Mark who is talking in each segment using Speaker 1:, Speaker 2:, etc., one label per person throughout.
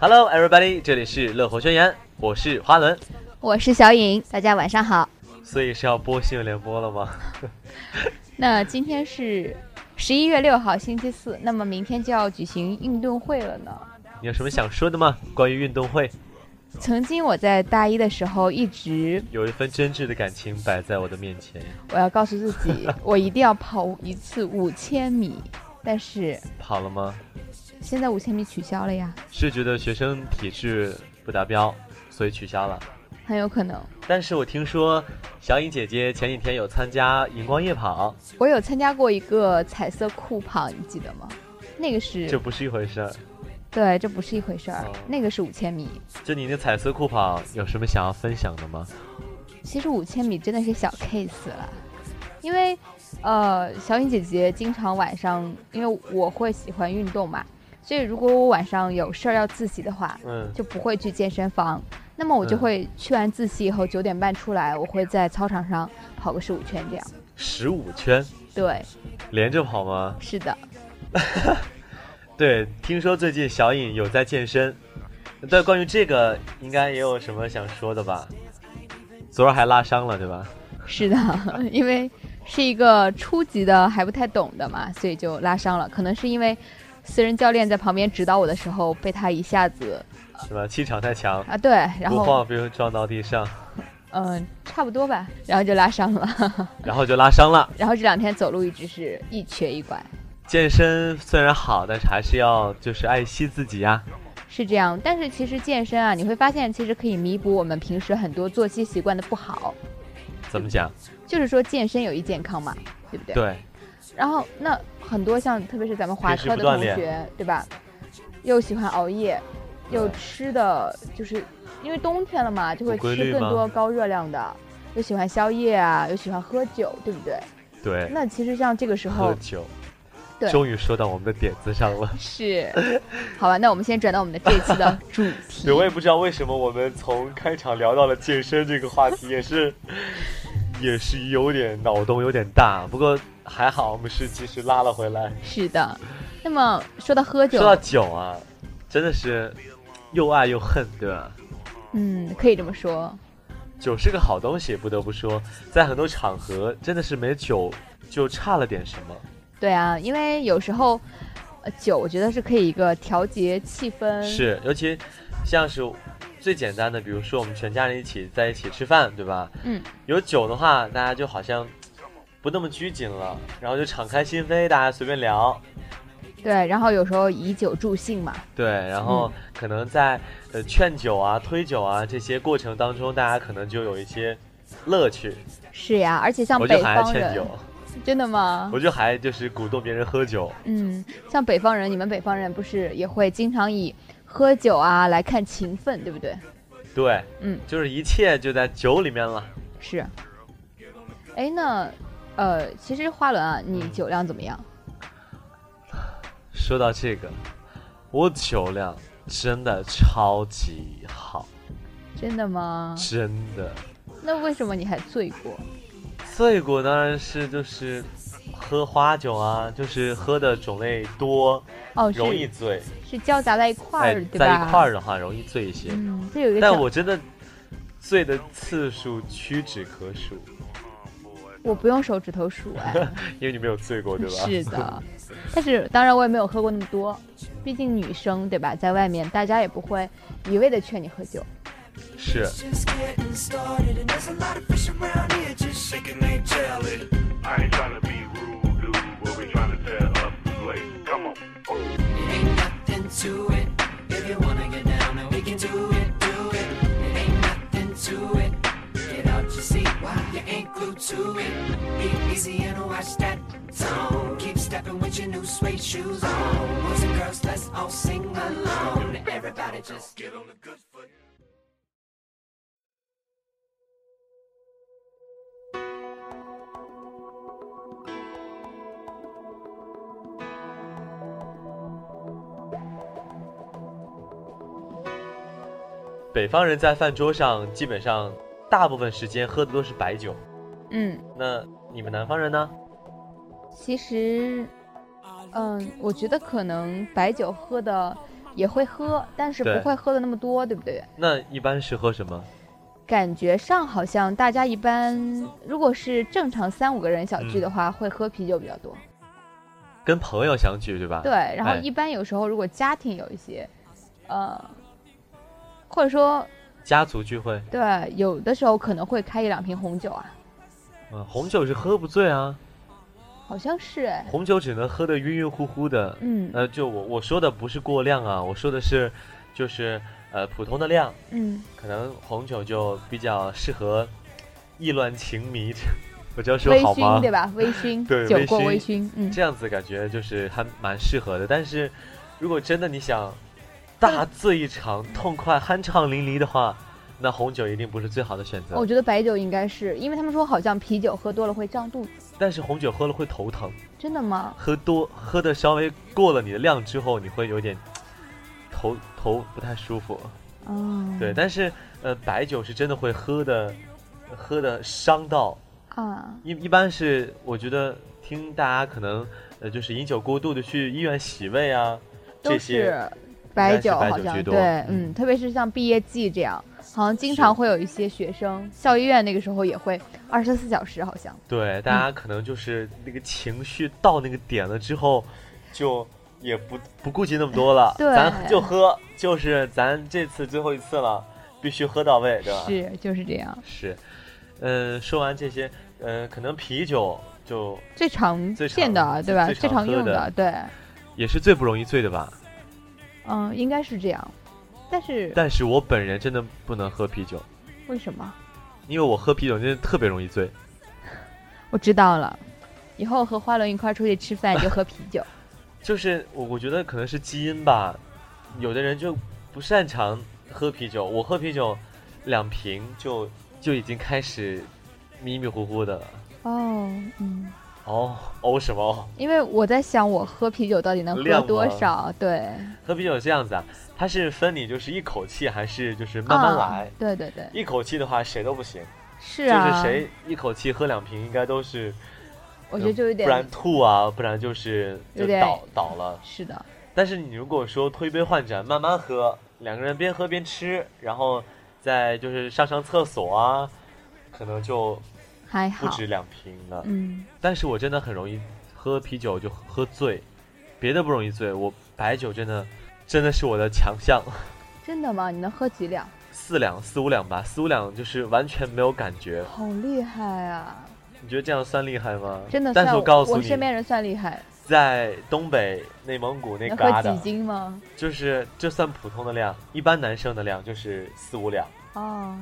Speaker 1: Hello everybody，这里是乐活宣言，我是花轮。
Speaker 2: 我是小颖，大家晚上好。
Speaker 1: 所以是要播新闻联播了吗？
Speaker 2: 那今天是十一月六号，星期四，那么明天就要举行运动会了呢。
Speaker 1: 你有什么想说的吗？关于运动会，
Speaker 2: 曾经我在大一的时候，一直
Speaker 1: 有一份真挚的感情摆在我的面前，
Speaker 2: 我要告诉自己， 我一定要跑一次五千米，但是
Speaker 1: 跑了吗？
Speaker 2: 现在五千米取消了呀，
Speaker 1: 是觉得学生体质不达标，所以取消了。
Speaker 2: 很有可能。
Speaker 1: 但是我听说小颖姐姐前几天有参加荧光夜跑，
Speaker 2: 我有参加过一个彩色酷跑，你记得吗？那个是
Speaker 1: 这不是一回事儿。
Speaker 2: 对，这不是一回事儿
Speaker 1: 哦，
Speaker 2: 那个是五千米。
Speaker 1: 就你那彩色酷跑有什么想要分享的吗？
Speaker 2: 其实五千米真的是小 case 了，因为呃，小颖姐姐经常晚上，因为我会喜欢运动嘛，所以如果我晚上有事儿要自习的话，
Speaker 1: 嗯，
Speaker 2: 就不会去健身房。那么我就
Speaker 1: 嗯
Speaker 2: 会去完自习以后九点半出来，我会在操场上跑个十五圈这样。
Speaker 1: 十五圈
Speaker 2: 对，
Speaker 1: 连着跑吗？
Speaker 2: 是的，
Speaker 1: 对，听说最近小颖有在健身，但关于这个应该也有什么想说的吧？昨儿还拉伤了，对吧？
Speaker 2: 是的， 因为是一个初级的还不太懂的嘛，所以就拉伤了。可能是因为私人教练在旁边指导我的时候，被他一下子
Speaker 1: 是吧？气场太强，
Speaker 2: 啊，对，然
Speaker 1: 不
Speaker 2: 后
Speaker 1: 晃被撞到地上，
Speaker 2: 嗯，差不多吧，然后就拉伤了，
Speaker 1: 然后就拉伤了。
Speaker 2: 然后这两天走路一直是一瘸一拐，
Speaker 1: 健身虽然好，但是还是要就是爱惜自己啊呀、
Speaker 2: 是这样。但是其实健身啊，你会发现其实可以弥补我们平时很多作息习惯的不好，
Speaker 1: 怎么讲？
Speaker 2: 就是说健身有益健康嘛，对不对？
Speaker 1: 对，
Speaker 2: 然后那很多像特别是咱们华
Speaker 1: 平时
Speaker 2: 科
Speaker 1: 不
Speaker 2: 的
Speaker 1: 锻
Speaker 2: 同
Speaker 1: 炼
Speaker 2: 学，对吧？又喜欢熬夜，
Speaker 1: 对
Speaker 2: 又吃的就是因为冬天了嘛，就会
Speaker 1: 不规
Speaker 2: 吃
Speaker 1: 律
Speaker 2: 更
Speaker 1: 吗
Speaker 2: 多高热量的，又喜欢宵夜啊，又喜欢喝酒，对不对？
Speaker 1: 对，
Speaker 2: 那其实像这个时候
Speaker 1: 喝，酒。
Speaker 2: 对
Speaker 1: 终于说到我们的点子上了。
Speaker 2: 是， 好吧，那我们先转到我们的这一期 的主题
Speaker 1: 对，。我也不知道为什么我们从开场聊到了健身这个话题，也是也是有点脑洞有点大，不过还好我们是及时拉了回来。
Speaker 2: 是的，那么说到喝
Speaker 1: 说到酒
Speaker 2: 酒，
Speaker 1: 啊，真的是又爱又恨，对吧？
Speaker 2: 嗯，可以这么说，
Speaker 1: 酒是个好东西，不得不说，在很多场合真的是没酒就差了点什么。
Speaker 2: 对啊，因为有时候。呃酒我觉得是可以一个调节气氛，
Speaker 1: 是，尤其像是最简单的，比如说我们全家人一起在一起吃饭，对吧？
Speaker 2: 嗯，
Speaker 1: 有酒的话，大家就好像不那么拘谨了，然后就敞开心扉，大家随便聊。
Speaker 2: 对，然后有时候以酒助兴嘛，
Speaker 1: 对，然
Speaker 2: 嗯
Speaker 1: 后可能在呃劝酒啊、推酒啊这些过程当中，大家可能就有一些乐趣。
Speaker 2: 是呀，而且像
Speaker 1: 我就
Speaker 2: 北
Speaker 1: 还爱
Speaker 2: 方
Speaker 1: 劝
Speaker 2: 人
Speaker 1: 酒，，
Speaker 2: 真的吗
Speaker 1: 我？就还就是鼓动别人喝酒。
Speaker 2: 嗯，像北方人，你们北方人不是也会经常以喝酒啊来看情分，对不对？
Speaker 1: 对，
Speaker 2: 嗯，
Speaker 1: 就是一切就在酒里面了。
Speaker 2: 是。哎，那呃，其实花轮啊，你酒量怎么样？
Speaker 1: 说到这个，我酒量真的超级好，
Speaker 2: 真的吗？
Speaker 1: 真的。
Speaker 2: 那为什么你还醉过？
Speaker 1: 醉果当然是就是喝花酒啊，就是喝的种类多，
Speaker 2: 哦，
Speaker 1: 容易
Speaker 2: 是
Speaker 1: 醉。
Speaker 2: 是交杂在一块
Speaker 1: 哎
Speaker 2: 儿，对吧？
Speaker 1: 在一块儿的话容易醉一些，
Speaker 2: 嗯，这有一个小，
Speaker 1: 但我真的醉的次数屈指可数，
Speaker 2: 我不用手指头数哎，
Speaker 1: 因为你没有醉过， 对吧？
Speaker 2: 是的。但是当然我也没有喝过那么多，毕竟女生对吧，在外面大家也不会一味的劝你喝酒。
Speaker 1: 是
Speaker 3: Just getting started, and there's a lot of fish around here just shaking their jelly.
Speaker 4: I ain't tryna be rude, dude, but we tryna tear up the place. Come on.
Speaker 3: It ain't nothing to it. If you wanna get down, then we can do it, do it. It ain't nothing to it. Get out your seat, why you ain't glued to it? Be easy and watch that zone. Keep stepping with your new suede shoes on. Boys and girls, let's all sing along. Everybody just get on the good foot.
Speaker 1: 北方人在饭桌上基本上大部分时间喝的都是白酒，
Speaker 2: 嗯，
Speaker 1: 那你们南方人呢？
Speaker 2: 其实，嗯，我觉得可能白酒喝的也会喝，但是
Speaker 1: 对
Speaker 2: 不会喝的那么多，对不对？
Speaker 1: 那一般是喝什么？
Speaker 2: 感觉上好像大家一般，如果是正常三五个人小
Speaker 1: 嗯
Speaker 2: 聚的话，会喝啤酒比较多。
Speaker 1: 跟朋友相聚对吧？
Speaker 2: 对，然后
Speaker 1: 哎
Speaker 2: 一般有时候如果家庭有一些，呃，或者说
Speaker 1: 家族聚会，
Speaker 2: 对，有的时候可能会开一两瓶红酒啊，
Speaker 1: 嗯，红酒是喝不醉啊，
Speaker 2: 好像是哎，
Speaker 1: 红酒只能喝得晕晕乎乎的。
Speaker 2: 嗯
Speaker 1: 呃，就我我说的不是过量啊，我说的是，就是呃普通的量，
Speaker 2: 嗯，
Speaker 1: 可能红酒就比较适合意乱情迷， 我这样说
Speaker 2: 微
Speaker 1: 好吗
Speaker 2: 醺？对吧？微醺，
Speaker 1: 对
Speaker 2: 酒
Speaker 1: 微
Speaker 2: 过
Speaker 1: 醺
Speaker 2: 微醺，嗯，
Speaker 1: 这样子感觉就是还蛮适合的。但是如果真的你想大醉一场，痛快酣畅淋漓的话，那红酒一定不是最好的选择。
Speaker 2: 我觉得白酒应该是，因为他们说好像啤酒喝多了会胀肚子，
Speaker 1: 但是红酒喝了会头疼，
Speaker 2: 真的吗？
Speaker 1: 喝多喝的稍微过了你的量之后，你会有点头头不太舒服。
Speaker 2: 哦，
Speaker 1: 对，但是呃，白酒是真的会喝的，喝的伤到。
Speaker 2: 啊，
Speaker 1: 一一般是我觉得听大家可能呃，就是饮酒过度的去医院洗胃啊，
Speaker 2: 都
Speaker 1: 这些
Speaker 2: 是白酒，
Speaker 1: 应该是白
Speaker 2: 好
Speaker 1: 酒
Speaker 2: 像
Speaker 1: 居多
Speaker 2: 对，
Speaker 1: 嗯
Speaker 2: 嗯，特别是像毕业季这样，好像经
Speaker 1: 是
Speaker 2: 常会有一些学生，校医院那个时候也会二十四小时，好像
Speaker 1: 对大家可能就是那个情绪到那个点了之后，就也不不顾及那么多了，
Speaker 2: 对
Speaker 1: 咱就喝，就是咱这次最后一次了，必须喝到位，对吧？
Speaker 2: 是就是这样，
Speaker 1: 是，呃，说完这些，呃，可能啤酒就
Speaker 2: 最常
Speaker 1: 最常
Speaker 2: 见的啊对吧？
Speaker 1: 最
Speaker 2: 最
Speaker 1: 常
Speaker 2: 常
Speaker 1: 喝
Speaker 2: 用
Speaker 1: 的
Speaker 2: 的对，
Speaker 1: 也是最不容易醉的吧。
Speaker 2: 嗯，应该是这样，但是
Speaker 1: 但是我本人真的不能喝啤酒，
Speaker 2: 为什么？
Speaker 1: 因为我喝啤酒真的特别容易醉。
Speaker 2: 我知道了，以后和花轮一块儿出去吃饭，你就喝啤 酒。
Speaker 1: 就是我我觉得可能是基因吧，有的人就不擅长喝啤酒，我喝啤酒两瓶就就已经开始迷迷糊糊的了。
Speaker 2: 哦，嗯，
Speaker 1: 哦哦什么？
Speaker 2: 因为我在想，我喝啤酒到底能喝
Speaker 1: 量
Speaker 2: 多
Speaker 1: 吗
Speaker 2: 少？对，
Speaker 1: 喝啤酒是这样子啊，它是分你就是一口气还是就是慢慢
Speaker 2: 啊
Speaker 1: 来。
Speaker 2: 对对对，
Speaker 1: 一口气的话，谁都不行。
Speaker 2: 是啊，
Speaker 1: 就是？谁一口气喝两瓶，应该都是，
Speaker 2: 我觉得就有
Speaker 1: 嗯不然
Speaker 2: 点
Speaker 1: 吐啊，不然就是
Speaker 2: 有
Speaker 1: 就
Speaker 2: 点
Speaker 1: 倒倒了。
Speaker 2: 是的，
Speaker 1: 但是你如果说推杯换盏，慢慢喝，两个人边喝边吃，然后再就是上上厕所啊，可能就
Speaker 2: 还
Speaker 1: 不
Speaker 2: 好。
Speaker 1: 止两瓶了。
Speaker 2: 嗯，
Speaker 1: 但是我真的很容易喝啤酒就喝醉，别的不容易醉，我白酒真的真的是我的强项，
Speaker 2: 真的吗？你能喝几两？
Speaker 1: 四两四五两吧，四五两就是完全没有感觉。
Speaker 2: 好厉害啊！
Speaker 1: 你觉得这样算厉害吗？
Speaker 2: 真的
Speaker 1: 但
Speaker 2: 算
Speaker 1: 是告诉
Speaker 2: 我
Speaker 1: 你，
Speaker 2: 身边人算厉害，
Speaker 1: 在东北内蒙古那
Speaker 2: 能
Speaker 1: 旮
Speaker 2: 喝几
Speaker 1: 瘩，
Speaker 2: 斤吗？
Speaker 1: 就是这算普通的量，一般男生的量就是四五两，
Speaker 2: 哦，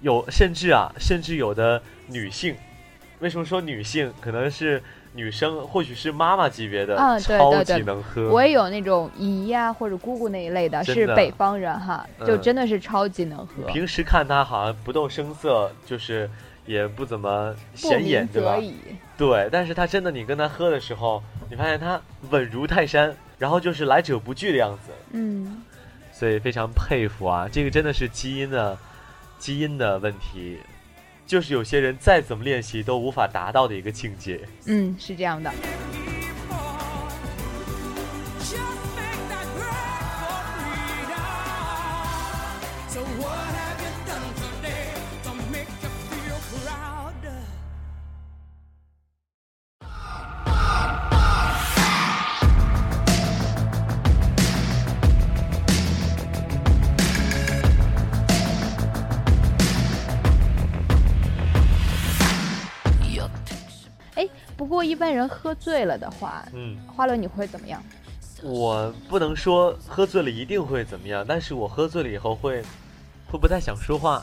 Speaker 1: 有甚至啊，甚至有的女性，为什么说女性？可能是女生，或许是妈妈级别的，
Speaker 2: 啊对
Speaker 1: 超
Speaker 2: 对
Speaker 1: 级
Speaker 2: 对
Speaker 1: 能喝。
Speaker 2: 我也有那种姨呀、或者姑姑那一类的，
Speaker 1: 嗯真
Speaker 2: 是
Speaker 1: 的
Speaker 2: 北方人哈，就
Speaker 1: 嗯
Speaker 2: 真的是超级能喝，
Speaker 1: 平时看她好像不动声色，就是也不怎么
Speaker 2: 不
Speaker 1: 显眼
Speaker 2: 鸣，
Speaker 1: 对吧
Speaker 2: 则？已。
Speaker 1: 对，但是她真的，你跟她喝的时候，你发现她稳如泰山，然后就是来者不拒的样子。
Speaker 2: 嗯，
Speaker 1: 所以非常佩服啊！这个真的是基因的基因的问题，就是有些人再怎么练习都无法达到的一个境界。
Speaker 2: 嗯，是这样的。
Speaker 3: So what have you done today to make you feel proud?
Speaker 2: 哎，不过一般人喝醉了的话，
Speaker 1: 嗯，
Speaker 2: 花轮你会怎么样？
Speaker 1: 我不能说喝醉了一定会怎么样，但是我喝醉了以后会会不太想说话，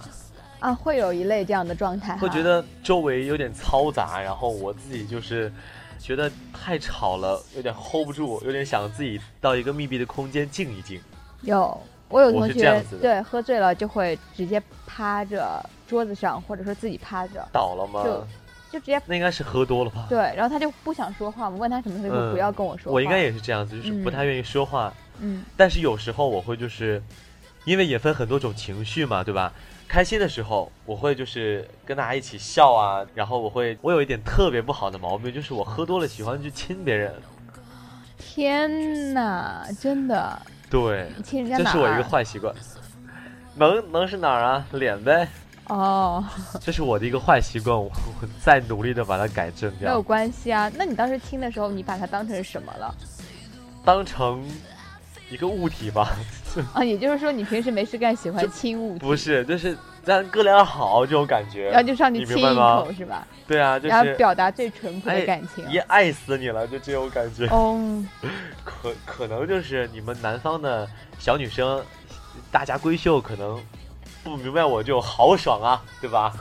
Speaker 2: 啊，会有一类这样的状态哈，
Speaker 1: 会觉得周围有点嘈杂，然后我自己就是觉得太吵了，有点 hold 不住，有点想自己到一个密闭的空间静一静。
Speaker 2: 有。我有
Speaker 1: 我
Speaker 2: 同
Speaker 1: 是这样
Speaker 2: 学
Speaker 1: 子的
Speaker 2: 对喝醉了就会直接趴着桌子上，或者说自己趴着，
Speaker 1: 倒了吗？
Speaker 2: 就就直接
Speaker 1: 那应该是喝多了吧？
Speaker 2: 对，然后他就不想说话。我们问他什么事，他就
Speaker 1: 嗯
Speaker 2: 说不要跟我说话。
Speaker 1: 我应该也是这样子，就是不
Speaker 2: 嗯
Speaker 1: 太愿意说话。
Speaker 2: 嗯
Speaker 1: 但是有时候我会就是，因为也分很多种情绪嘛，对吧？开心的时候，我会就是跟大家一起笑啊，然后我会，我有一点特别不好的毛病，就是我喝多了喜欢去亲别人。
Speaker 2: 天哪，真的
Speaker 1: 对，
Speaker 2: 亲人家
Speaker 1: 这
Speaker 2: 哪儿？
Speaker 1: 是我一个坏习惯。能能是哪儿啊？脸呗，
Speaker 2: 哦，
Speaker 1: 这是我的一个坏习惯，我我再努力的把它改正
Speaker 2: 没有
Speaker 1: 掉，
Speaker 2: 关系啊。那你当时听的时候，你把它当成什么 了？
Speaker 1: 当成一个物体吧，
Speaker 2: 啊，也就是说你平时没事干喜欢
Speaker 1: 这
Speaker 2: 亲物体，
Speaker 1: 不是，就是咱哥俩好这种感觉
Speaker 2: 然后。就上去
Speaker 1: 你
Speaker 2: 亲
Speaker 1: 明
Speaker 2: 一
Speaker 1: 白吗
Speaker 2: 口是吧？
Speaker 1: 对啊，就
Speaker 2: 然后
Speaker 1: 是
Speaker 2: 表达最淳朴
Speaker 1: 哎
Speaker 2: 的感情。
Speaker 1: 一爱死你了，就这种感觉。
Speaker 2: 哦，
Speaker 1: 可可能就是你们南方的小女生，大家闺秀可能不明白我这种豪爽啊，对吧？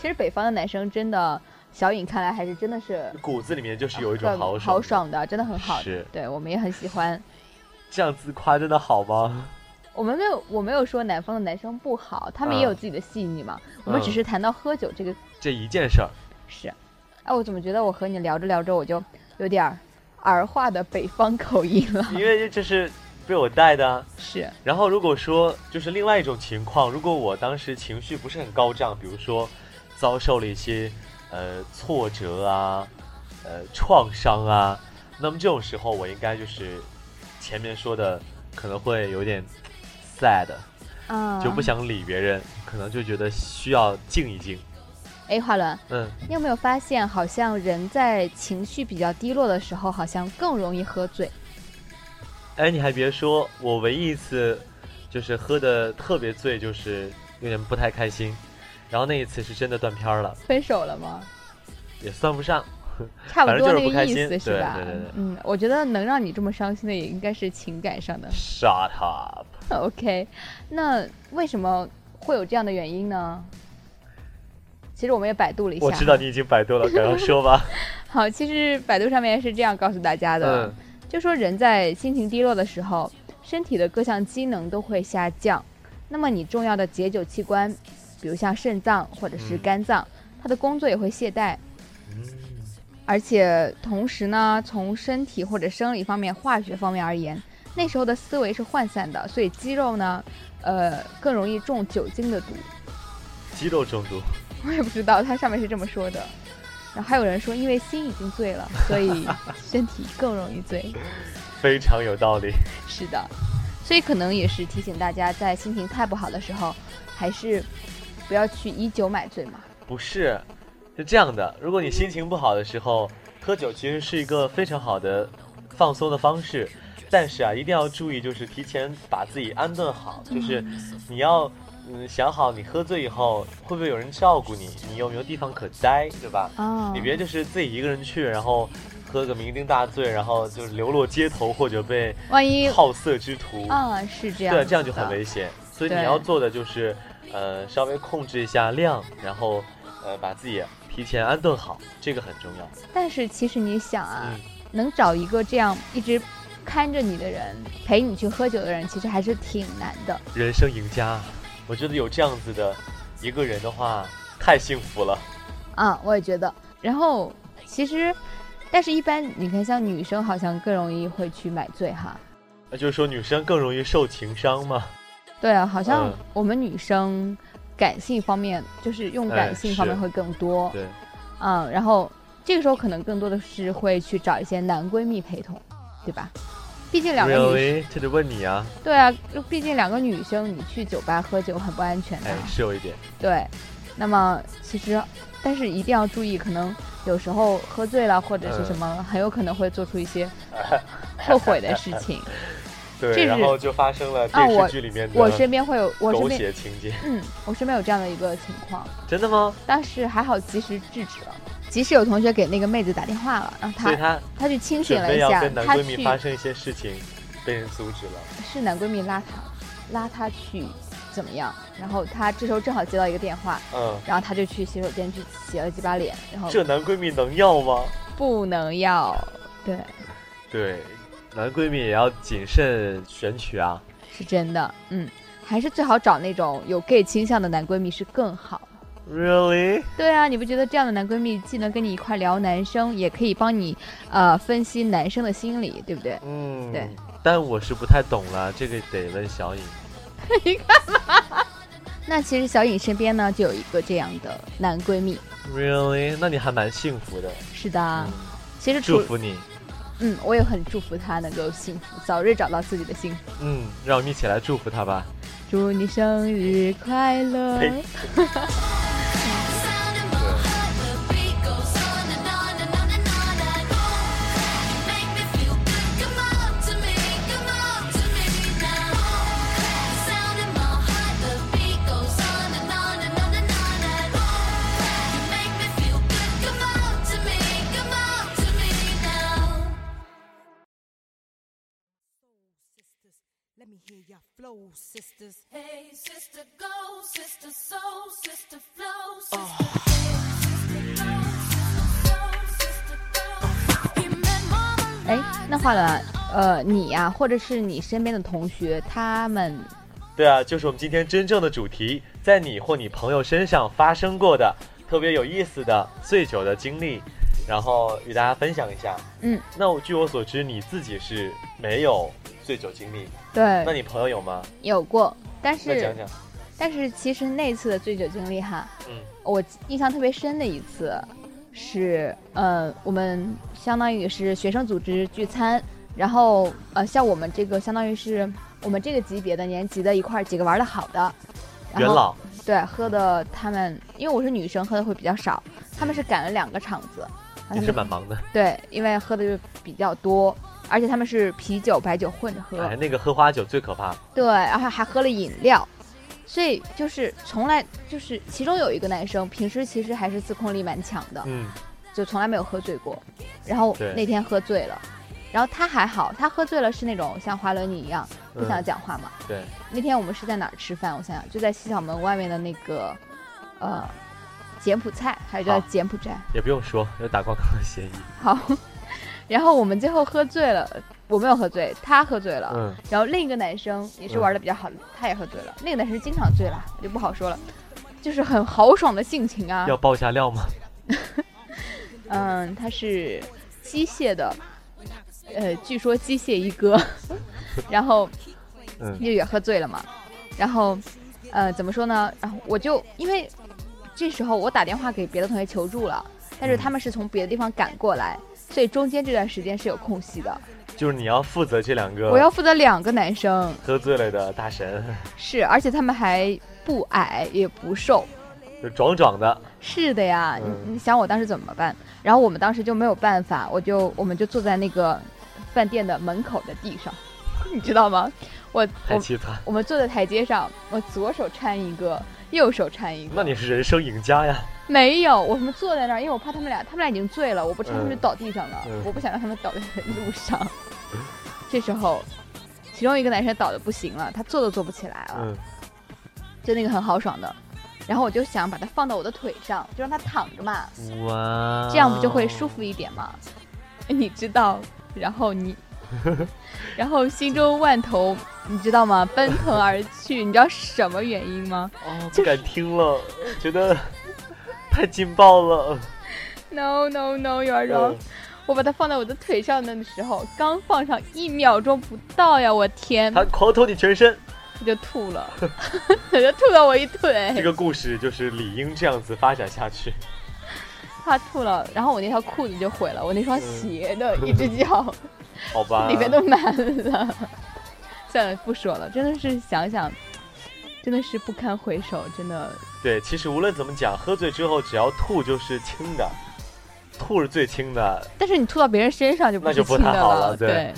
Speaker 2: 其实北方的男生真的，小颖看来还是真的是
Speaker 1: 骨子里面就是有一种
Speaker 2: 很
Speaker 1: 豪爽，
Speaker 2: 嗯豪爽的，真的很好的
Speaker 1: 是。
Speaker 2: 对我们也很喜欢。
Speaker 1: 这样自夸真的好吗？
Speaker 2: 我们没有，我没有说南方的男生不好，他们也有
Speaker 1: 嗯
Speaker 2: 自己的细腻嘛。我们只
Speaker 1: 嗯
Speaker 2: 是谈到喝酒这个
Speaker 1: 这一件事儿，
Speaker 2: 是，哎，我怎么觉得我和你聊着聊着我就有点儿儿化的北方口音了？
Speaker 1: 因为这是被我带的啊。
Speaker 2: 是，
Speaker 1: 然后如果说就是另外一种情况，如果我当时情绪不是很高涨，比如说遭受了一些呃挫折啊、呃创伤啊，那么这种时候我应该就是前面说的可能会有点 sad，
Speaker 2: 嗯，
Speaker 1: 就不。想理别人，可能就觉得需要静一静。
Speaker 2: 哎，华伦，
Speaker 1: 嗯，
Speaker 2: 你有没有发现，好像人在情绪比较低落的时候，好像更容易喝醉？
Speaker 1: 哎，你还别说，我唯一一次就是喝的特别醉，就是有点不太开心，然后那一次是真的断片儿了，
Speaker 2: 分手了吗？
Speaker 1: 也算不上。
Speaker 2: 差不
Speaker 1: 反正
Speaker 2: 多
Speaker 1: 就是
Speaker 2: 那
Speaker 1: 不
Speaker 2: 个
Speaker 1: 开
Speaker 2: 意
Speaker 1: 心
Speaker 2: 思是
Speaker 1: 对
Speaker 2: 吧？
Speaker 1: 对对对
Speaker 2: 嗯，我觉得能让你这么伤心的，也应该是情感上的。
Speaker 1: Shut up。
Speaker 2: OK，那为什么会有这样的原因呢？其实我们也百度了一下，
Speaker 1: 我知道。你已经百度了，赶快说吧。
Speaker 2: 好，其实百度上面 是这样告诉大家的，
Speaker 1: 嗯，
Speaker 2: 就说人在心情低落的时候，身体的各项机能都会下降，那么你重要的解酒器官，比如像肾脏或者是
Speaker 1: 嗯
Speaker 2: 肝脏，它的工作也会懈怠。而且同时呢，从身体或者生理方面、化学方面而言，那时候的思维是涣散的，所以肌肉呢，呃，更容易中酒精的毒。
Speaker 1: 肌肉中毒，
Speaker 2: 我也不知道，它上面是这么说的。然后还有人说，因为心已经醉了，所以身体更容易醉。
Speaker 1: 非常有道理。
Speaker 2: 是的，所以可能也是提醒大家，在心情太不好的时候，还是不要去以酒买醉嘛。
Speaker 1: 不是，是这样的，如果你心情不好的时候，喝酒其实是一个非常好的放松的方式，但是啊，一定要注意，就是提前把自己安顿好，
Speaker 2: 嗯
Speaker 1: 就是你要。嗯，想好你喝醉以后会不会有人照顾你？你有没有地方可待，对吧？
Speaker 2: 啊
Speaker 1: 你别就是自己一个人去，然后喝个酩酊大醉，然后就是流落街头或者被
Speaker 2: 万一
Speaker 1: 好色之徒
Speaker 2: 啊，是这样
Speaker 1: 对，
Speaker 2: 子的，
Speaker 1: 这样就很危险。所以你
Speaker 2: 对
Speaker 1: 要做的就是，呃，稍微控制一下量，然后，呃，把自己提前安顿好，这个很重要。
Speaker 2: 但是其实你想啊，
Speaker 1: 嗯，
Speaker 2: 能找一个这样一直看着你的人，陪你去喝酒的人，其实还是挺难的。
Speaker 1: 人生赢家，我觉得有这样子的一个人的话，太幸福了。
Speaker 2: 啊，我也觉得。然后其实，但是一般你看，像女生好像更容易会去买醉哈。
Speaker 1: 那就是说，女生更容易受情伤嘛？
Speaker 2: 对啊，好像
Speaker 1: 嗯
Speaker 2: 我们女生感性方面，就是用感
Speaker 1: 哎
Speaker 2: 性方面
Speaker 1: 是
Speaker 2: 会更多。
Speaker 1: 对，
Speaker 2: 嗯，然后这个时候可能更多的是会去找一些男闺蜜陪同，对吧？毕竟两个女
Speaker 1: really，这得问你啊。
Speaker 2: 对啊，就毕竟两个女生你去酒吧喝酒很不安全的。
Speaker 1: 哎，是有一点，
Speaker 2: 对，那么其实，但是一定要注意，可能有时候喝醉了或者是
Speaker 1: 嗯
Speaker 2: 什么，很有可能会做出 一些后悔的事情。
Speaker 1: 嗯
Speaker 2: 这
Speaker 1: 对，
Speaker 2: 是
Speaker 1: 然后就发生了
Speaker 2: 啊
Speaker 1: 电
Speaker 2: 我
Speaker 1: 视剧里面
Speaker 2: 我
Speaker 1: 的
Speaker 2: 身边会有，我身
Speaker 1: 狗
Speaker 2: 边，
Speaker 1: 血情节。
Speaker 2: 嗯，我身边有这样的一个情况，
Speaker 1: 真的吗？
Speaker 2: 但是还好及时制止了。即使有同学给那个妹子打电话了，让
Speaker 1: 所以
Speaker 2: 她
Speaker 1: 她
Speaker 2: 她去清醒
Speaker 1: 准
Speaker 2: 了一
Speaker 1: 备要
Speaker 2: 下
Speaker 1: 跟，男
Speaker 2: 她
Speaker 1: 闺蜜
Speaker 2: 去
Speaker 1: 发生一些事情，被人阻止了。
Speaker 2: 是男闺蜜拉她，拉她去怎么样？然后她这时候正好接到一个电话，
Speaker 1: 嗯。
Speaker 2: 然后她就去洗手间去洗了几把脸，然后
Speaker 1: 这男闺蜜能要吗？
Speaker 2: 不能要，对。
Speaker 1: 对，男闺蜜也要谨慎选取啊。
Speaker 2: 是真的，嗯，还是最好找那种有 gay 倾向的男闺蜜是更好。
Speaker 1: Really？？
Speaker 2: 对啊，你不觉得这样的男闺蜜既能跟你一块聊男生，也可以帮你，呃，分析男生的心理，对不对
Speaker 1: 嗯，
Speaker 2: 对。
Speaker 1: 但我是不太懂了，这个得问小颖。
Speaker 2: 你干嘛？那其实小颖身边呢就有一个这样的男闺蜜，
Speaker 1: Really？那你还蛮幸福的，
Speaker 2: 是的啊。
Speaker 1: 嗯
Speaker 2: 其实除
Speaker 1: 祝福你。
Speaker 2: 嗯，我也很祝福他能够幸福，早日找到自己的幸福。
Speaker 1: 嗯，让我们一起来祝福他吧。
Speaker 2: 祝你生日快乐！
Speaker 1: 呸
Speaker 2: 哎，那话了，呃，你呀、或者是你身边的同学，他们
Speaker 1: 对啊，就是我们今天真正的主题，在你或你朋友身上发生过的特别有意思的醉酒的经历，然后与大家分享一下。
Speaker 2: 嗯，
Speaker 1: 那我据我所知，你自己是没有醉酒经历，那
Speaker 2: 对
Speaker 1: 你朋友有吗？
Speaker 2: 有过，但
Speaker 1: 那
Speaker 2: 是
Speaker 1: 讲讲。
Speaker 2: 但是其实那次的醉酒经历哈，
Speaker 1: 嗯
Speaker 2: 我印象特别深的一次是，呃，我们相当于是学生组织聚餐，然后呃，像我们这个相当于是我们这个级别的年级的一块儿几个玩的好的，然
Speaker 1: 元
Speaker 2: 后
Speaker 1: 老，
Speaker 2: 对喝的他们，因为我是女生，喝的会比较少，他们是赶了两个场子，然后
Speaker 1: 也
Speaker 2: 他
Speaker 1: 是蛮
Speaker 2: 们
Speaker 1: 忙的。
Speaker 2: 对，因为喝的就比较多，而且他们是啤酒白酒混着喝，
Speaker 1: 哎，那个喝花酒最可怕。
Speaker 2: 对，然后还喝了饮料，所以就是从来就是其中有一个男生平时其实还是自控力蛮强的，
Speaker 1: 嗯，
Speaker 2: 就从来没有喝醉过，然后
Speaker 1: 对
Speaker 2: 那天喝醉了，然后他还好，他喝醉了是那种像滑轮你一样不
Speaker 1: 嗯
Speaker 2: 想讲话嘛。
Speaker 1: 对，
Speaker 2: 那天我们是在哪儿吃饭？我想想，就在西小门外面的那个，呃，柬埔寨还是叫
Speaker 1: 好
Speaker 2: 柬埔寨？
Speaker 1: 也不用说，有打广告的嫌疑。
Speaker 2: 好， 然后我们最后喝醉了，我没有喝醉，他喝醉了。
Speaker 1: 嗯，
Speaker 2: 然后另一个男生也是玩的比较好的，他也喝醉了。那个男生经常醉了，我就不好说了，就是很豪爽的性情啊
Speaker 1: 要。爆一下料吗？
Speaker 2: 嗯，他是机械的，呃，据说机械一哥， 然后
Speaker 1: 嗯
Speaker 2: 就也喝醉了嘛。然后，呃，怎么说呢？然后我就因为这时候我打电话给别的同学求助了，但是他们是从别的地方赶过来，所以中间这段时间是有空隙的。
Speaker 1: 就是你要负责这两个。
Speaker 2: 我要负责两个男生，
Speaker 1: 喝醉了的大神，
Speaker 2: 是，而且他们还不矮也不瘦。
Speaker 1: 就壮壮的。
Speaker 2: 是的呀，
Speaker 1: 嗯
Speaker 2: 你你想我当时怎么办？然后我们当时就没有办法，我就我们就坐在那个饭店的门口的地上， 你知道吗？我
Speaker 1: 太
Speaker 2: 我
Speaker 1: 凄惨。
Speaker 2: 我们坐在台阶上，我左手搀一个，右手搀一
Speaker 1: 那
Speaker 2: 个。
Speaker 1: 你是人生赢家呀！
Speaker 2: 没有，我们坐在那儿，因为我怕他们俩，他们俩已经醉了，我不搀他们就
Speaker 1: 嗯
Speaker 2: 倒地上了，
Speaker 1: 嗯
Speaker 2: 我不想让他们倒在路上。这时候，其中一个男生倒的不行了，他坐都坐不起来了。
Speaker 1: 嗯，
Speaker 2: 就那个很豪爽的。然后我就想把它放到我的腿上，就让它躺着
Speaker 1: 啊
Speaker 2: 嘛，
Speaker 1: 哇，
Speaker 2: 这样不就会舒？服一点吗？ 你知道，然后你， 然后心中万头，你知道吗？奔腾而去，你知道什么原因吗
Speaker 1: 哦，不敢听了，觉得太劲爆了。嗯
Speaker 2: ？No no no, you are wrong。我把它放在我的腿上的时候，刚放上一秒钟不到呀，我天，
Speaker 1: 他狂吐你全身，
Speaker 2: 它就吐 了， 它就吐了我一腿。
Speaker 1: 这个故事就是理应这样子发展下去。
Speaker 2: 他吐了，然后我那条裤子就毁了，我那双鞋的一只脚
Speaker 1: 好吧，
Speaker 2: 里面都满了。 算了，不说了，真的是想想，真的是不堪回首，真的。
Speaker 1: 对，其实无论怎么讲，喝醉之后只要吐就是轻的，吐是最轻的。
Speaker 2: 但是你吐到别人身上就不
Speaker 1: 那就是不
Speaker 2: 轻
Speaker 1: 太
Speaker 2: 的
Speaker 1: 好了对
Speaker 2: 对，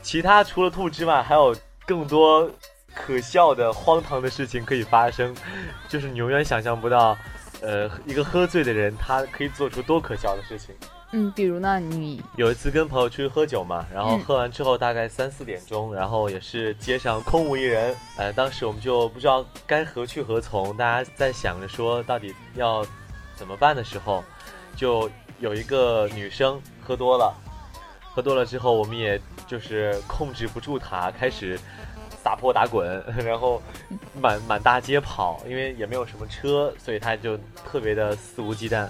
Speaker 1: 其他除了吐之外，还有更多可笑的、荒唐的事情可以发生，就是你永远想象不到，呃，一个喝醉的人他可以做出多可笑的事情。
Speaker 2: 嗯，比如呢，你
Speaker 1: 有一次跟朋友出去喝酒嘛，然后
Speaker 2: 嗯
Speaker 1: 喝完之后大概三四点钟，然后也是街上空无一人，呃，当时我们就不知道该何去何从，大家在想着说到底要怎么办的时候，就有一个女生喝多了，喝多了之后，我们也就是控制不住她，开始撒泼打滚， 然后满满大街跑，因为也没有什么车，所以她就特别的肆无忌惮。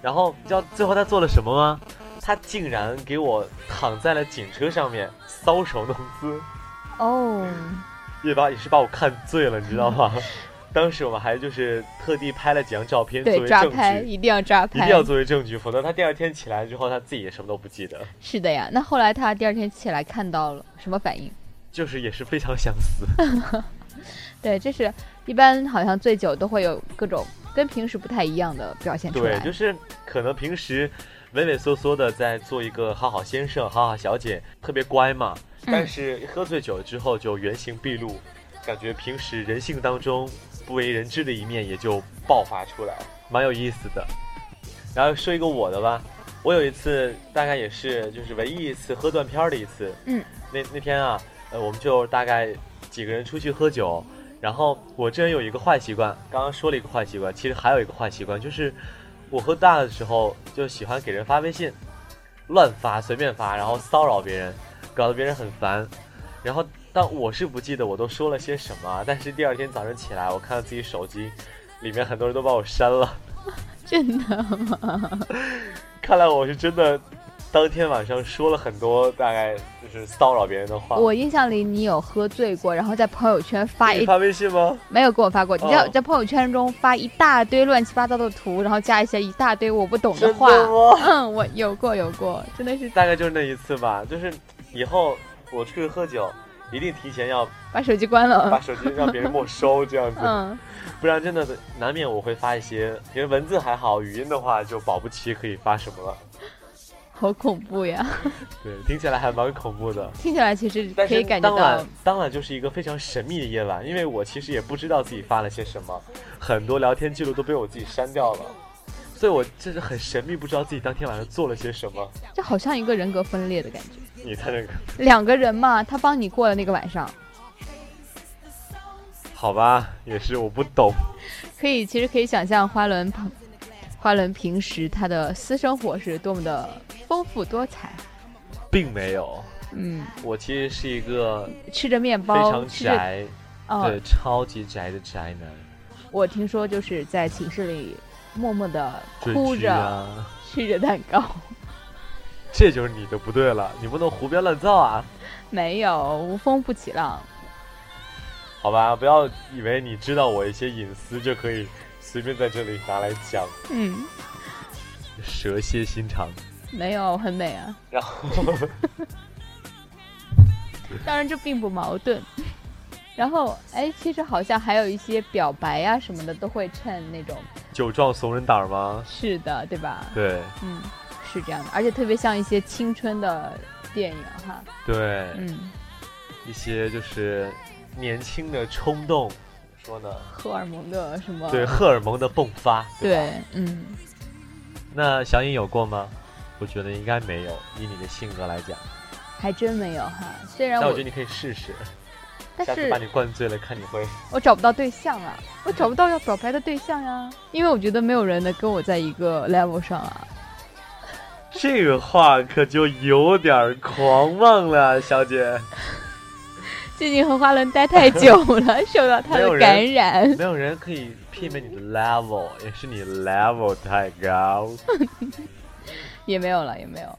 Speaker 1: 然后你知道最后她做了什么吗？她竟然给我躺在了警车上面，搔首弄姿，
Speaker 2: 哦，
Speaker 1: 也把也是把我看醉了，你知道吗？当时我们还就是特地拍了几张照片作
Speaker 2: 对，
Speaker 1: 为
Speaker 2: 抓
Speaker 1: 证
Speaker 2: 拍
Speaker 1: 据，
Speaker 2: 一定要抓
Speaker 1: 一定
Speaker 2: 拍，
Speaker 1: 要作为证据，否则他第二天起来之后他自己也什么都不记得，
Speaker 2: 是的呀。那后来他第二天起来看到了，什么反应？
Speaker 1: 就是也是非常想死。
Speaker 2: 对，这是一般好像醉酒都会有各种跟平时不太一样的表现出
Speaker 1: 对
Speaker 2: 来，。
Speaker 1: 就是可能平时畏畏缩缩的在做一个好好先生、好好小姐，特别乖嘛，
Speaker 2: 嗯
Speaker 1: 但是喝醉酒之后就原形毕露，感觉平时人性当中不为人知的一面也就爆发出来，蛮有意思的。然后说一个我的吧，我有一次大概也是就是唯一一次喝断片儿的一次，
Speaker 2: 嗯，
Speaker 1: 那那天啊，呃，我们就大概几个人出去喝酒，然后我这人有一个坏习惯，刚刚说了一个坏习惯，其实还有一个坏习惯就是我喝大的时候就喜欢给人发微信，乱发随便发，然后骚扰别人，搞得别人很烦。然后但我是不记得我都说了些什么啊，但是第二天早上起来，我看到自己手机里面很多人都把我删了，
Speaker 2: 真的吗？
Speaker 1: 看来我是真的。当天晚上说了很多大概就是骚扰别人的话，
Speaker 2: 我印象里你有喝醉过，然后在朋友圈发
Speaker 1: 你
Speaker 2: 一
Speaker 1: 发微信吗？
Speaker 2: 没有给我发过，你在、
Speaker 1: 哦
Speaker 2: 在朋友圈中发一大堆乱七八糟的图，然后加一些一大堆我不懂
Speaker 1: 真的
Speaker 2: 话。
Speaker 1: 吗？
Speaker 2: 嗯，我有过有过，真的是
Speaker 1: 大概就是那一次吧。就是以后我出去喝酒，一定提前要
Speaker 2: 把手机关
Speaker 1: 把
Speaker 2: 了。
Speaker 1: 手机让别人没收，这样子，
Speaker 2: 嗯，
Speaker 1: 不然真的难免我会发一些，其实文字还好，语音的话就保不齐可以发什么了。
Speaker 2: 好恐怖呀！
Speaker 1: 对，听起来还蛮恐怖的。
Speaker 2: 听起来其实
Speaker 1: 但
Speaker 2: 可以
Speaker 1: 是
Speaker 2: 感觉
Speaker 1: 当
Speaker 2: 到
Speaker 1: 晚，，当晚就是一个非常神秘的夜晚，因为我其实也不知道自己发了些什么，很多聊天记录都被我自己删掉了，所以我就是很神秘，不知道自己当天晚上做了些什么。
Speaker 2: 这好像一个人格分裂的感觉。
Speaker 1: 你在那个
Speaker 2: 两个人嘛，他帮你过了那个晚上，
Speaker 1: 好吧，也是我不懂。
Speaker 2: 可以其实可以想象花轮朋，花轮平时他的私生活是多么的丰富多彩。
Speaker 1: 并没有，
Speaker 2: 嗯，
Speaker 1: 我其实是一个
Speaker 2: 吃着面
Speaker 1: 非
Speaker 2: 包，
Speaker 1: 常
Speaker 2: 吃着
Speaker 1: 宅，
Speaker 2: 哦
Speaker 1: 对，，超级宅的宅男，
Speaker 2: 我听说就是在寝室里默默的
Speaker 1: 追
Speaker 2: 哭
Speaker 1: 剧
Speaker 2: 着、
Speaker 1: 啊，
Speaker 2: 吃着蛋糕。
Speaker 1: 这就是你的不对了，你不能胡编乱造啊，
Speaker 2: 没有，无风不起浪。
Speaker 1: 好吧，不要以为你知道我一些隐私就可以随便在这里拿来讲，
Speaker 2: 嗯，
Speaker 1: 蛇蝎心肠，
Speaker 2: 没有，很美啊。
Speaker 1: 然后
Speaker 2: 当然这并不矛盾。 然后，哎，其实好像还有一些表白啊什么的都会趁那种，
Speaker 1: 酒壮怂人胆儿吗？
Speaker 2: 是的，对吧？
Speaker 1: 对
Speaker 2: 嗯，是这样的，而且特别像一些青春的电影哈。
Speaker 1: 对，
Speaker 2: 嗯，
Speaker 1: 一些就是年轻的冲动，怎么说呢？
Speaker 2: 荷尔蒙的什么？
Speaker 1: 对荷尔蒙的迸发，
Speaker 2: 嗯对
Speaker 1: 吧
Speaker 2: 嗯，
Speaker 1: 那小颖有过吗？我觉得应该没有，以你的性格来讲。
Speaker 2: 还真没有哈。虽然
Speaker 1: 那
Speaker 2: 我，
Speaker 1: 我觉得你可以试试，下
Speaker 2: 但
Speaker 1: 次把
Speaker 2: 是
Speaker 1: 你灌醉了，看你会。
Speaker 2: 我找不到对象啊，我找不到要表白的对象呀、因为我觉得没有人能跟我在一个 level 上啊。
Speaker 1: 这个话可就有点狂妄了，小姐。
Speaker 2: 最近和花轮待太久了， 受到他
Speaker 1: 没有
Speaker 2: 的
Speaker 1: 人
Speaker 2: 感染。
Speaker 1: 没有人可以媲美你的 level，也是你 level 太高。
Speaker 2: 也没有了，也没有。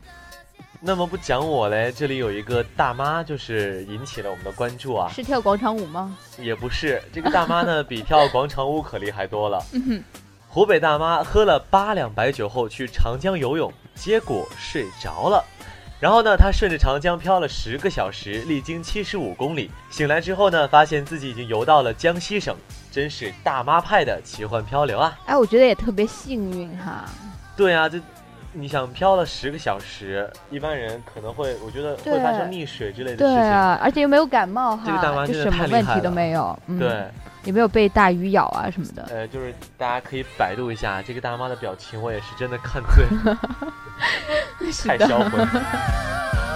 Speaker 1: 那么不讲我嘞，这里有一个大妈，就是引起了我们的关注啊。
Speaker 2: 是跳广场舞吗？
Speaker 1: 也不是，这个大妈 呢，比跳广场舞可厉害多了。
Speaker 2: 嗯哼，
Speaker 1: 湖北大妈喝了八两白酒后去长江游泳，结果睡着了。然后呢，她顺着长江漂了十个小时，历经七十五公里。醒来之后呢，发现自己已经游到了江西省，真是大妈派的奇幻漂流啊！
Speaker 2: 哎，我觉得也特别幸运哈。
Speaker 1: 对啊，这你想漂了十个小时，一般人可能会，我觉得会
Speaker 2: 对
Speaker 1: 发生溺水之类的
Speaker 2: 对
Speaker 1: 事情。
Speaker 2: 啊，而且又没有感冒哈，
Speaker 1: 这个大妈
Speaker 2: 就
Speaker 1: 真的
Speaker 2: 什
Speaker 1: 太
Speaker 2: 么
Speaker 1: 厉
Speaker 2: 问
Speaker 1: 害
Speaker 2: 题都
Speaker 1: 了
Speaker 2: 没有。嗯，
Speaker 1: 对，
Speaker 2: 也没有被大鱼咬啊什么的。
Speaker 1: 呃，就是大家可以百度一下这个大妈的表情，我也是真的看醉了，
Speaker 2: 是
Speaker 1: 太
Speaker 2: 的
Speaker 1: 销魂了。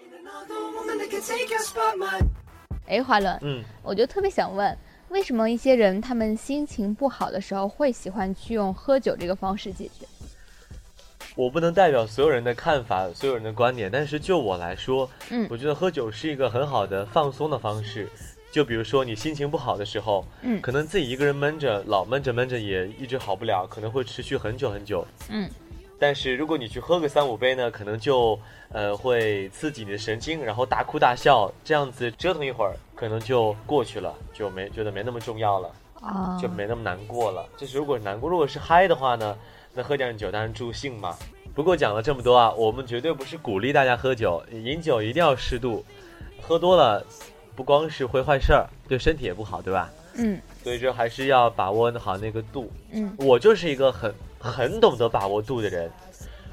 Speaker 3: Ain't another woman that can take your spot, my
Speaker 2: 哎，华伦，
Speaker 1: 嗯。
Speaker 2: 我就特别想问，为什么一些人他们心情不好的时候会喜欢去用喝酒这个方式解决？
Speaker 1: 我不能代表所有人的看法，所有人的观点，但是就我来说，
Speaker 2: 嗯
Speaker 1: 我觉得喝酒是一个很好的放松的方式。就比如说你心情不好的时候，
Speaker 2: 嗯
Speaker 1: 可能自己一个人闷着，老闷着闷着也一直好不了，可能会持续很久很久。
Speaker 2: 嗯，
Speaker 1: 但是如果你去喝个三五杯呢，可能就呃会刺激你的神经，然后大哭大笑，这样子折腾一会儿，可能就过去了，就没觉得没那么重要了，
Speaker 2: 啊
Speaker 1: 就没那么难过了。这是如果难过，如果是嗨的话呢，那喝点酒当然助兴嘛。不过讲了这么多啊，我们绝对不是鼓励大家喝酒，饮酒一定要适度，喝多了不光是会坏事儿，对身体也不好，对吧？
Speaker 2: 嗯
Speaker 1: 所以说还是要把握好那个度。
Speaker 2: 嗯
Speaker 1: 我就是一个很很懂得把握度的人，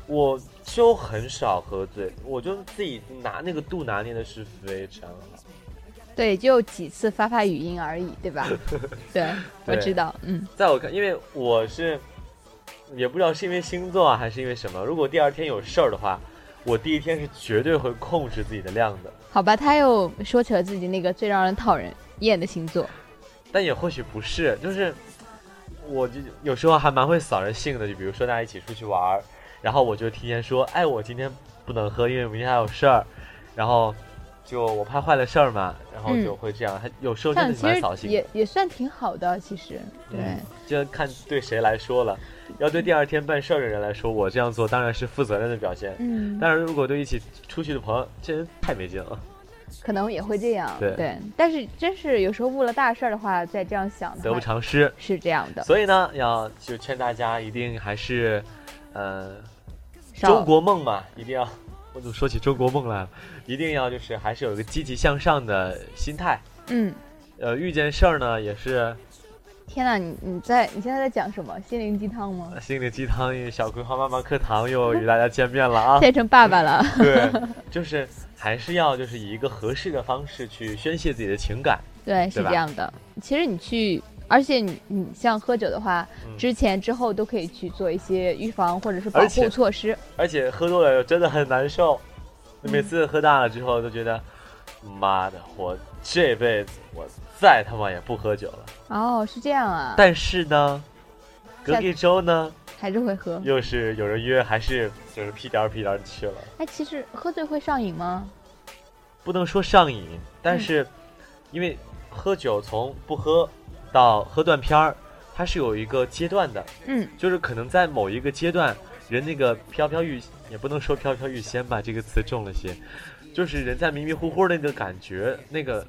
Speaker 1: 我就很少喝醉，我就自己拿那个度拿捏的是非常好。
Speaker 2: 对，就几次发发语音而已，对吧？对，我
Speaker 1: 对
Speaker 2: 知道，嗯
Speaker 1: 在我看，因为我是也不知道是因为星座啊，还是因为什么，如果第二天有事儿的话，我第一天是绝对会控制自己的量的，
Speaker 2: 好吧，他又说起了自己那个最让人讨人厌的星座，
Speaker 1: 但也或许不是，就是我就有时候还蛮会扫人兴的，就比如说大家一起出去玩儿，然后我就提前说，哎，我今天不能喝，因为明天还有事儿，然后就我怕坏了事儿嘛，然后就会这样，还有时候
Speaker 2: 这
Speaker 1: 真
Speaker 2: 样
Speaker 1: 的是
Speaker 2: 其
Speaker 1: 蛮扫兴
Speaker 2: 实
Speaker 1: 的，
Speaker 2: 嗯也也算挺好的，其实对。
Speaker 1: 嗯，就看对谁来说了，要对第二天办事儿的人来说，我这样做当然是负责任的表现。
Speaker 2: 嗯，
Speaker 1: 但是如果对一起出去的朋友，这人太没劲了。
Speaker 2: 可能也会这样，
Speaker 1: 对
Speaker 2: 但是真是有时候误了大事儿的话，再这样想
Speaker 1: 得
Speaker 2: 的
Speaker 1: 不
Speaker 2: 话，
Speaker 1: 偿失。
Speaker 2: 是这样的。
Speaker 1: 所以呢，要就劝大家一定还是，呃，
Speaker 2: 少
Speaker 1: 中国梦嘛，一定要。 我怎么说起中国梦来了？一定要就是还是有一个积极向上的心态。
Speaker 2: 嗯，
Speaker 1: 呃，遇见事儿呢，也是
Speaker 2: 天呐，你你在你现在在讲什么心灵鸡汤吗？
Speaker 1: 心灵鸡汤。小葵花妈妈课堂又与大家见面了 啊！
Speaker 2: 变成爸爸了，
Speaker 1: 对，就是还是要就是以一个合适的方式去宣泄自己的情感。
Speaker 2: 对，是
Speaker 1: 对吧
Speaker 2: 这样的。其实你去，而且你你像喝酒的话，
Speaker 1: 嗯
Speaker 2: 之前之后都可以去做一些预防或者是保
Speaker 1: 而且
Speaker 2: 护措施。
Speaker 1: 而且喝多了真的很难受，
Speaker 2: 嗯
Speaker 1: 每次喝大了之后都觉得，妈的，我这辈子我再他妈也不喝酒了。
Speaker 2: 哦，是这样啊，
Speaker 1: 但是呢，隔
Speaker 2: 下
Speaker 1: 一周呢，
Speaker 2: 还是会喝。
Speaker 1: 又是有人约，还是就是屁颠儿屁颠儿去了。
Speaker 2: 哎，其实喝醉会上瘾吗？
Speaker 1: 不能说上瘾，但是因为喝酒从不喝到喝断片儿，它是有一个阶段的，
Speaker 2: 嗯，
Speaker 1: 就是可能在某一个阶段，人那个飘飘欲，也不能说飘飘欲仙吧，这个词重了些，就是人在迷迷糊糊的那个感觉，那个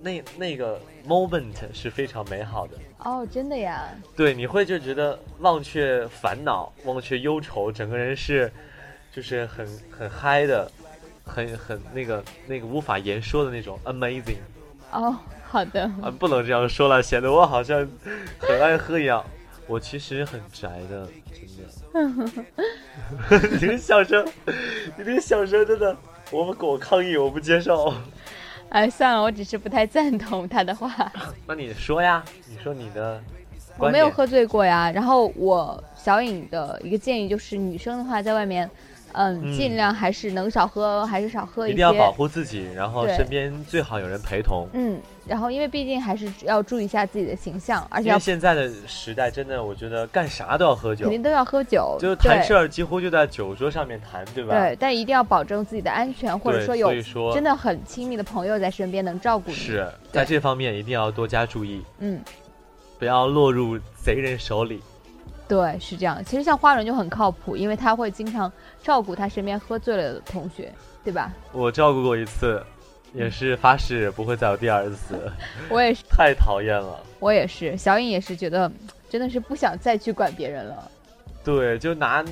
Speaker 1: 那那个 moment 是非常美好的。
Speaker 2: 哦，真的呀，
Speaker 1: 对，你会就觉得忘却烦恼，忘却忧愁，整个人是就是很很嗨的，很很那个那个无法言说的那种 amazing
Speaker 2: 哦，好的，
Speaker 1: 啊，不能这样说了，显得我好像很爱喝一样。我其实很宅的，真 的。你这笑声，你这笑声真的，我们我抗议，我不接受。
Speaker 2: 哎，算了，我只是不太赞同他的话。
Speaker 1: 那你说呀，你说你的
Speaker 2: 我
Speaker 1: 观点。
Speaker 2: 没有喝醉过呀。然后我小颖的一个建议就是，女生的话在外面，嗯，
Speaker 1: 嗯
Speaker 2: 尽量还是能少喝，还是少喝
Speaker 1: 一定
Speaker 2: 些。
Speaker 1: 要保护自己，然后
Speaker 2: 对
Speaker 1: 身边最好有人陪同。
Speaker 2: 嗯，然后因为毕竟还是要注意一下自己的形象，而
Speaker 1: 因
Speaker 2: 且
Speaker 1: 为
Speaker 2: 要
Speaker 1: 现在的时代，真的我觉得干啥都要喝
Speaker 2: 肯
Speaker 1: 酒，
Speaker 2: 定都要喝酒，
Speaker 1: 就是
Speaker 2: 对
Speaker 1: 谈事儿几乎就在酒桌上面谈，对吧？
Speaker 2: 对，但一定要保证自己的安全，或者
Speaker 1: 对
Speaker 2: 说有
Speaker 1: 所以说
Speaker 2: 真的很亲密的朋友在身边能照顾你。
Speaker 1: 是在这方面一定要多加注意，
Speaker 2: 嗯，
Speaker 1: 不要落入贼人手里。
Speaker 2: 对，是这样。其实像花轮就很靠谱，因为他会经常照顾他身边喝醉了的同学，对吧？
Speaker 1: 我照顾过一次，也是发誓不会再有第二次，
Speaker 2: 我也是。
Speaker 1: 太讨厌了。
Speaker 2: 我也是，小颖也是觉得真的是不想再去管别人了。
Speaker 1: 对，就拿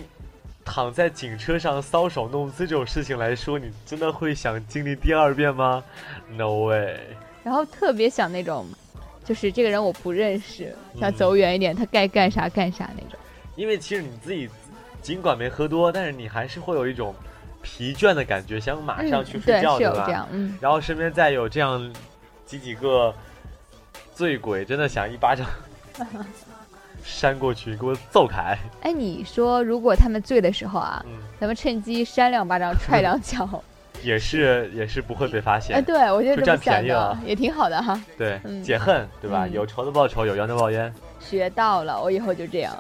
Speaker 1: 躺在警车上搔首弄姿这种事情来说，你真的会想经历第二遍吗？No way。
Speaker 2: 然后特别想那种，就是这个人我不认识，想
Speaker 1: 嗯
Speaker 2: 走远一点，他该干啥干啥那种。
Speaker 1: 因为其实你自己尽管没喝多，但是你还是会有一种疲倦的感觉，想马上去
Speaker 2: 嗯、
Speaker 1: 睡
Speaker 2: 对，
Speaker 1: 觉，
Speaker 2: 是有
Speaker 1: 吧？
Speaker 2: 这样，嗯，
Speaker 1: 然后身边再有这样几几个醉鬼，真的想一巴掌扇过去，给我揍开。
Speaker 2: 哎，你说如果他们醉的时候啊，
Speaker 1: 嗯，
Speaker 2: 咱们趁机扇两巴掌，踹 两脚，
Speaker 1: 也是也是不会被发
Speaker 2: 哎，
Speaker 1: 现，
Speaker 2: 对我就
Speaker 1: 就
Speaker 2: 这么
Speaker 1: 占便
Speaker 2: 想
Speaker 1: 宜
Speaker 2: 的，
Speaker 1: 了
Speaker 2: 也挺好的哈，
Speaker 1: 对，
Speaker 2: 嗯
Speaker 1: 解恨，对吧？
Speaker 2: 嗯
Speaker 1: 有仇的报仇，有冤的报冤。
Speaker 2: 学到了，我以后就这样。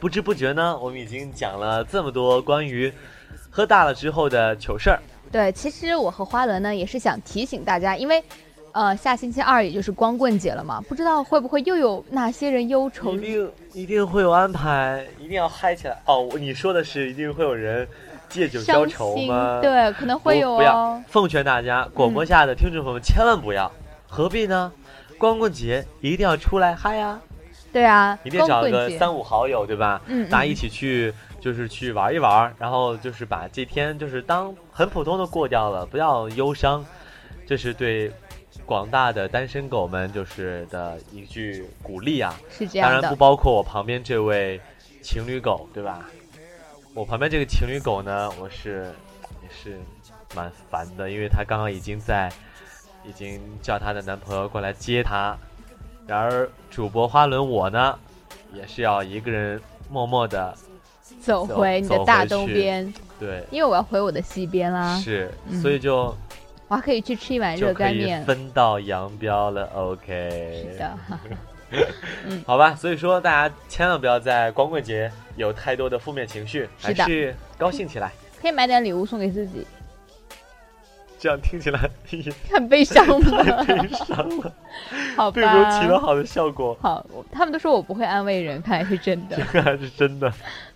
Speaker 1: 不知不觉呢，我们已经讲了这么多关于喝大了之后的糗事儿。
Speaker 2: 对，其实我和花轮呢也是想提醒大家，因为，呃，下星期二也就是光棍节了嘛，不知道会不会又有哪些人忧愁
Speaker 1: 一定一定会有安排，一定要嗨起来哦！你说的是一定会有人借酒消
Speaker 2: 伤
Speaker 1: 愁
Speaker 2: 心
Speaker 1: 吗？，
Speaker 2: 对，可能会有嗯
Speaker 1: 不要
Speaker 2: 哦。
Speaker 1: 奉劝大家，广播下的听众朋友们千万不要，何必呢？光棍节一定要出来嗨啊！
Speaker 2: 对啊，
Speaker 1: 一定
Speaker 2: 光
Speaker 1: 找
Speaker 2: 棍
Speaker 1: 个
Speaker 2: 节，
Speaker 1: 三五好友，对吧？
Speaker 2: 嗯
Speaker 1: 大家
Speaker 2: 嗯
Speaker 1: 一起去，就是去玩一玩，然后就是把这天就是当很普通的过掉了，不要忧伤，这是对广大的单身狗们就是的一句鼓励啊。
Speaker 2: 是这
Speaker 1: 当
Speaker 2: 样
Speaker 1: 然不
Speaker 2: 的，
Speaker 1: 包括我旁边这位情侣狗，对吧？我旁边这个情侣狗呢，我是也是蛮烦的，因为她刚刚已经在已经叫她的男朋友过来接她，然而主播花轮我呢，也是要一个人默默的
Speaker 2: 走
Speaker 1: 走
Speaker 2: 回你的
Speaker 1: 走
Speaker 2: 大
Speaker 1: 回
Speaker 2: 东
Speaker 1: 去
Speaker 2: 边，
Speaker 1: 对，
Speaker 2: 因为我要回我的西边啦，
Speaker 1: 是，
Speaker 2: 嗯
Speaker 1: 所以就
Speaker 2: 我还可以去吃一碗
Speaker 1: 就
Speaker 2: 热
Speaker 1: 可
Speaker 2: 干
Speaker 1: 以
Speaker 2: 面。
Speaker 1: 分道扬镳了，OK。
Speaker 2: 是的，
Speaker 1: 好吧，所以说大家千万不要在光棍节有太多的负面情绪，还
Speaker 2: 是的
Speaker 1: 是高兴起来。
Speaker 2: 可以买点礼物送给自己，
Speaker 1: 这样听起来也
Speaker 2: 很悲伤
Speaker 1: 太
Speaker 2: 吗？
Speaker 1: 悲伤 了，
Speaker 2: 好
Speaker 1: 并没有起到
Speaker 2: 吧。
Speaker 1: 好的效果，
Speaker 2: 好，我他们都说我不会安慰人，看来是真的
Speaker 1: 这。个还是真的。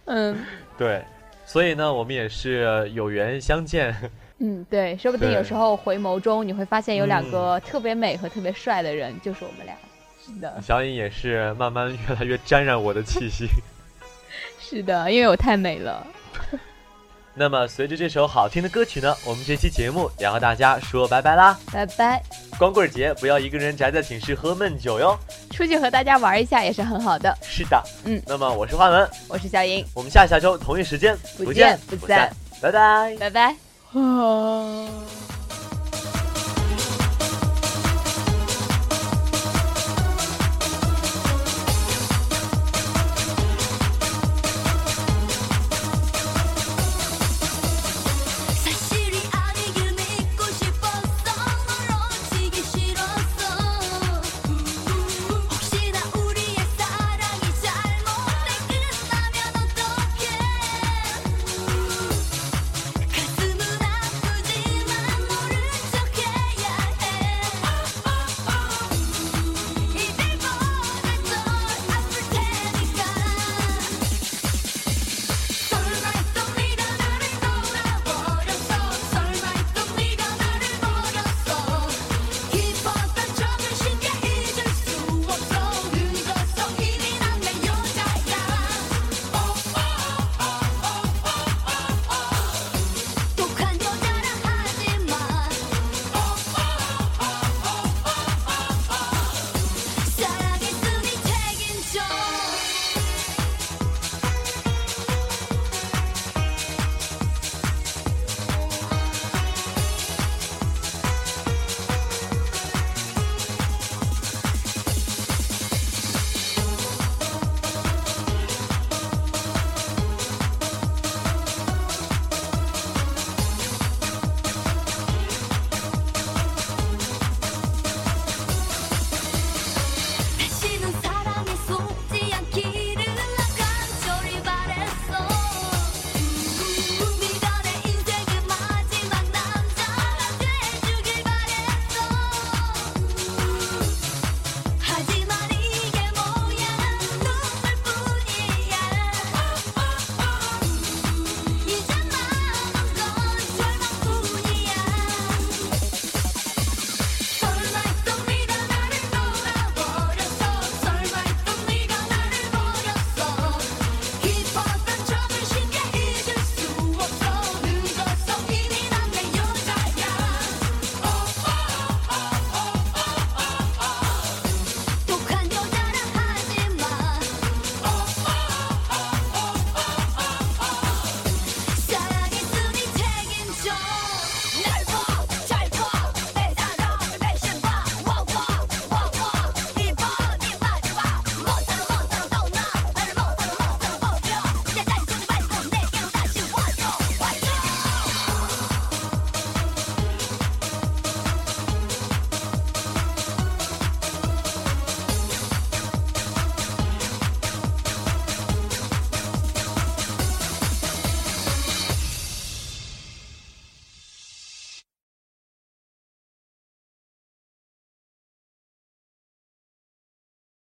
Speaker 2: 嗯
Speaker 1: 对，所以呢，我们也是有缘相见，
Speaker 2: 嗯，对，说不定
Speaker 1: 对嗯
Speaker 2: 有时候回眸中你会发现有两个特别美和特别帅的人，就是我们俩。是 的，
Speaker 1: 小颖也是慢慢越来越沾染我的气息。
Speaker 2: 是的，因为我太美了。
Speaker 1: 那么，随着这首好听的歌曲呢，我们这期节目也要和大家说拜拜啦！
Speaker 2: 拜拜，
Speaker 1: 光棍节不要一个人宅在寝室喝闷酒哟。
Speaker 2: 出去和大家玩一下也是很好的。
Speaker 1: 是的，
Speaker 2: 嗯，
Speaker 1: 那么我是花文，
Speaker 2: 我是小莹，
Speaker 1: 我们下下周同一时间
Speaker 2: 不
Speaker 1: 见
Speaker 2: 见不
Speaker 1: 不散，拜拜。
Speaker 2: 拜拜。啊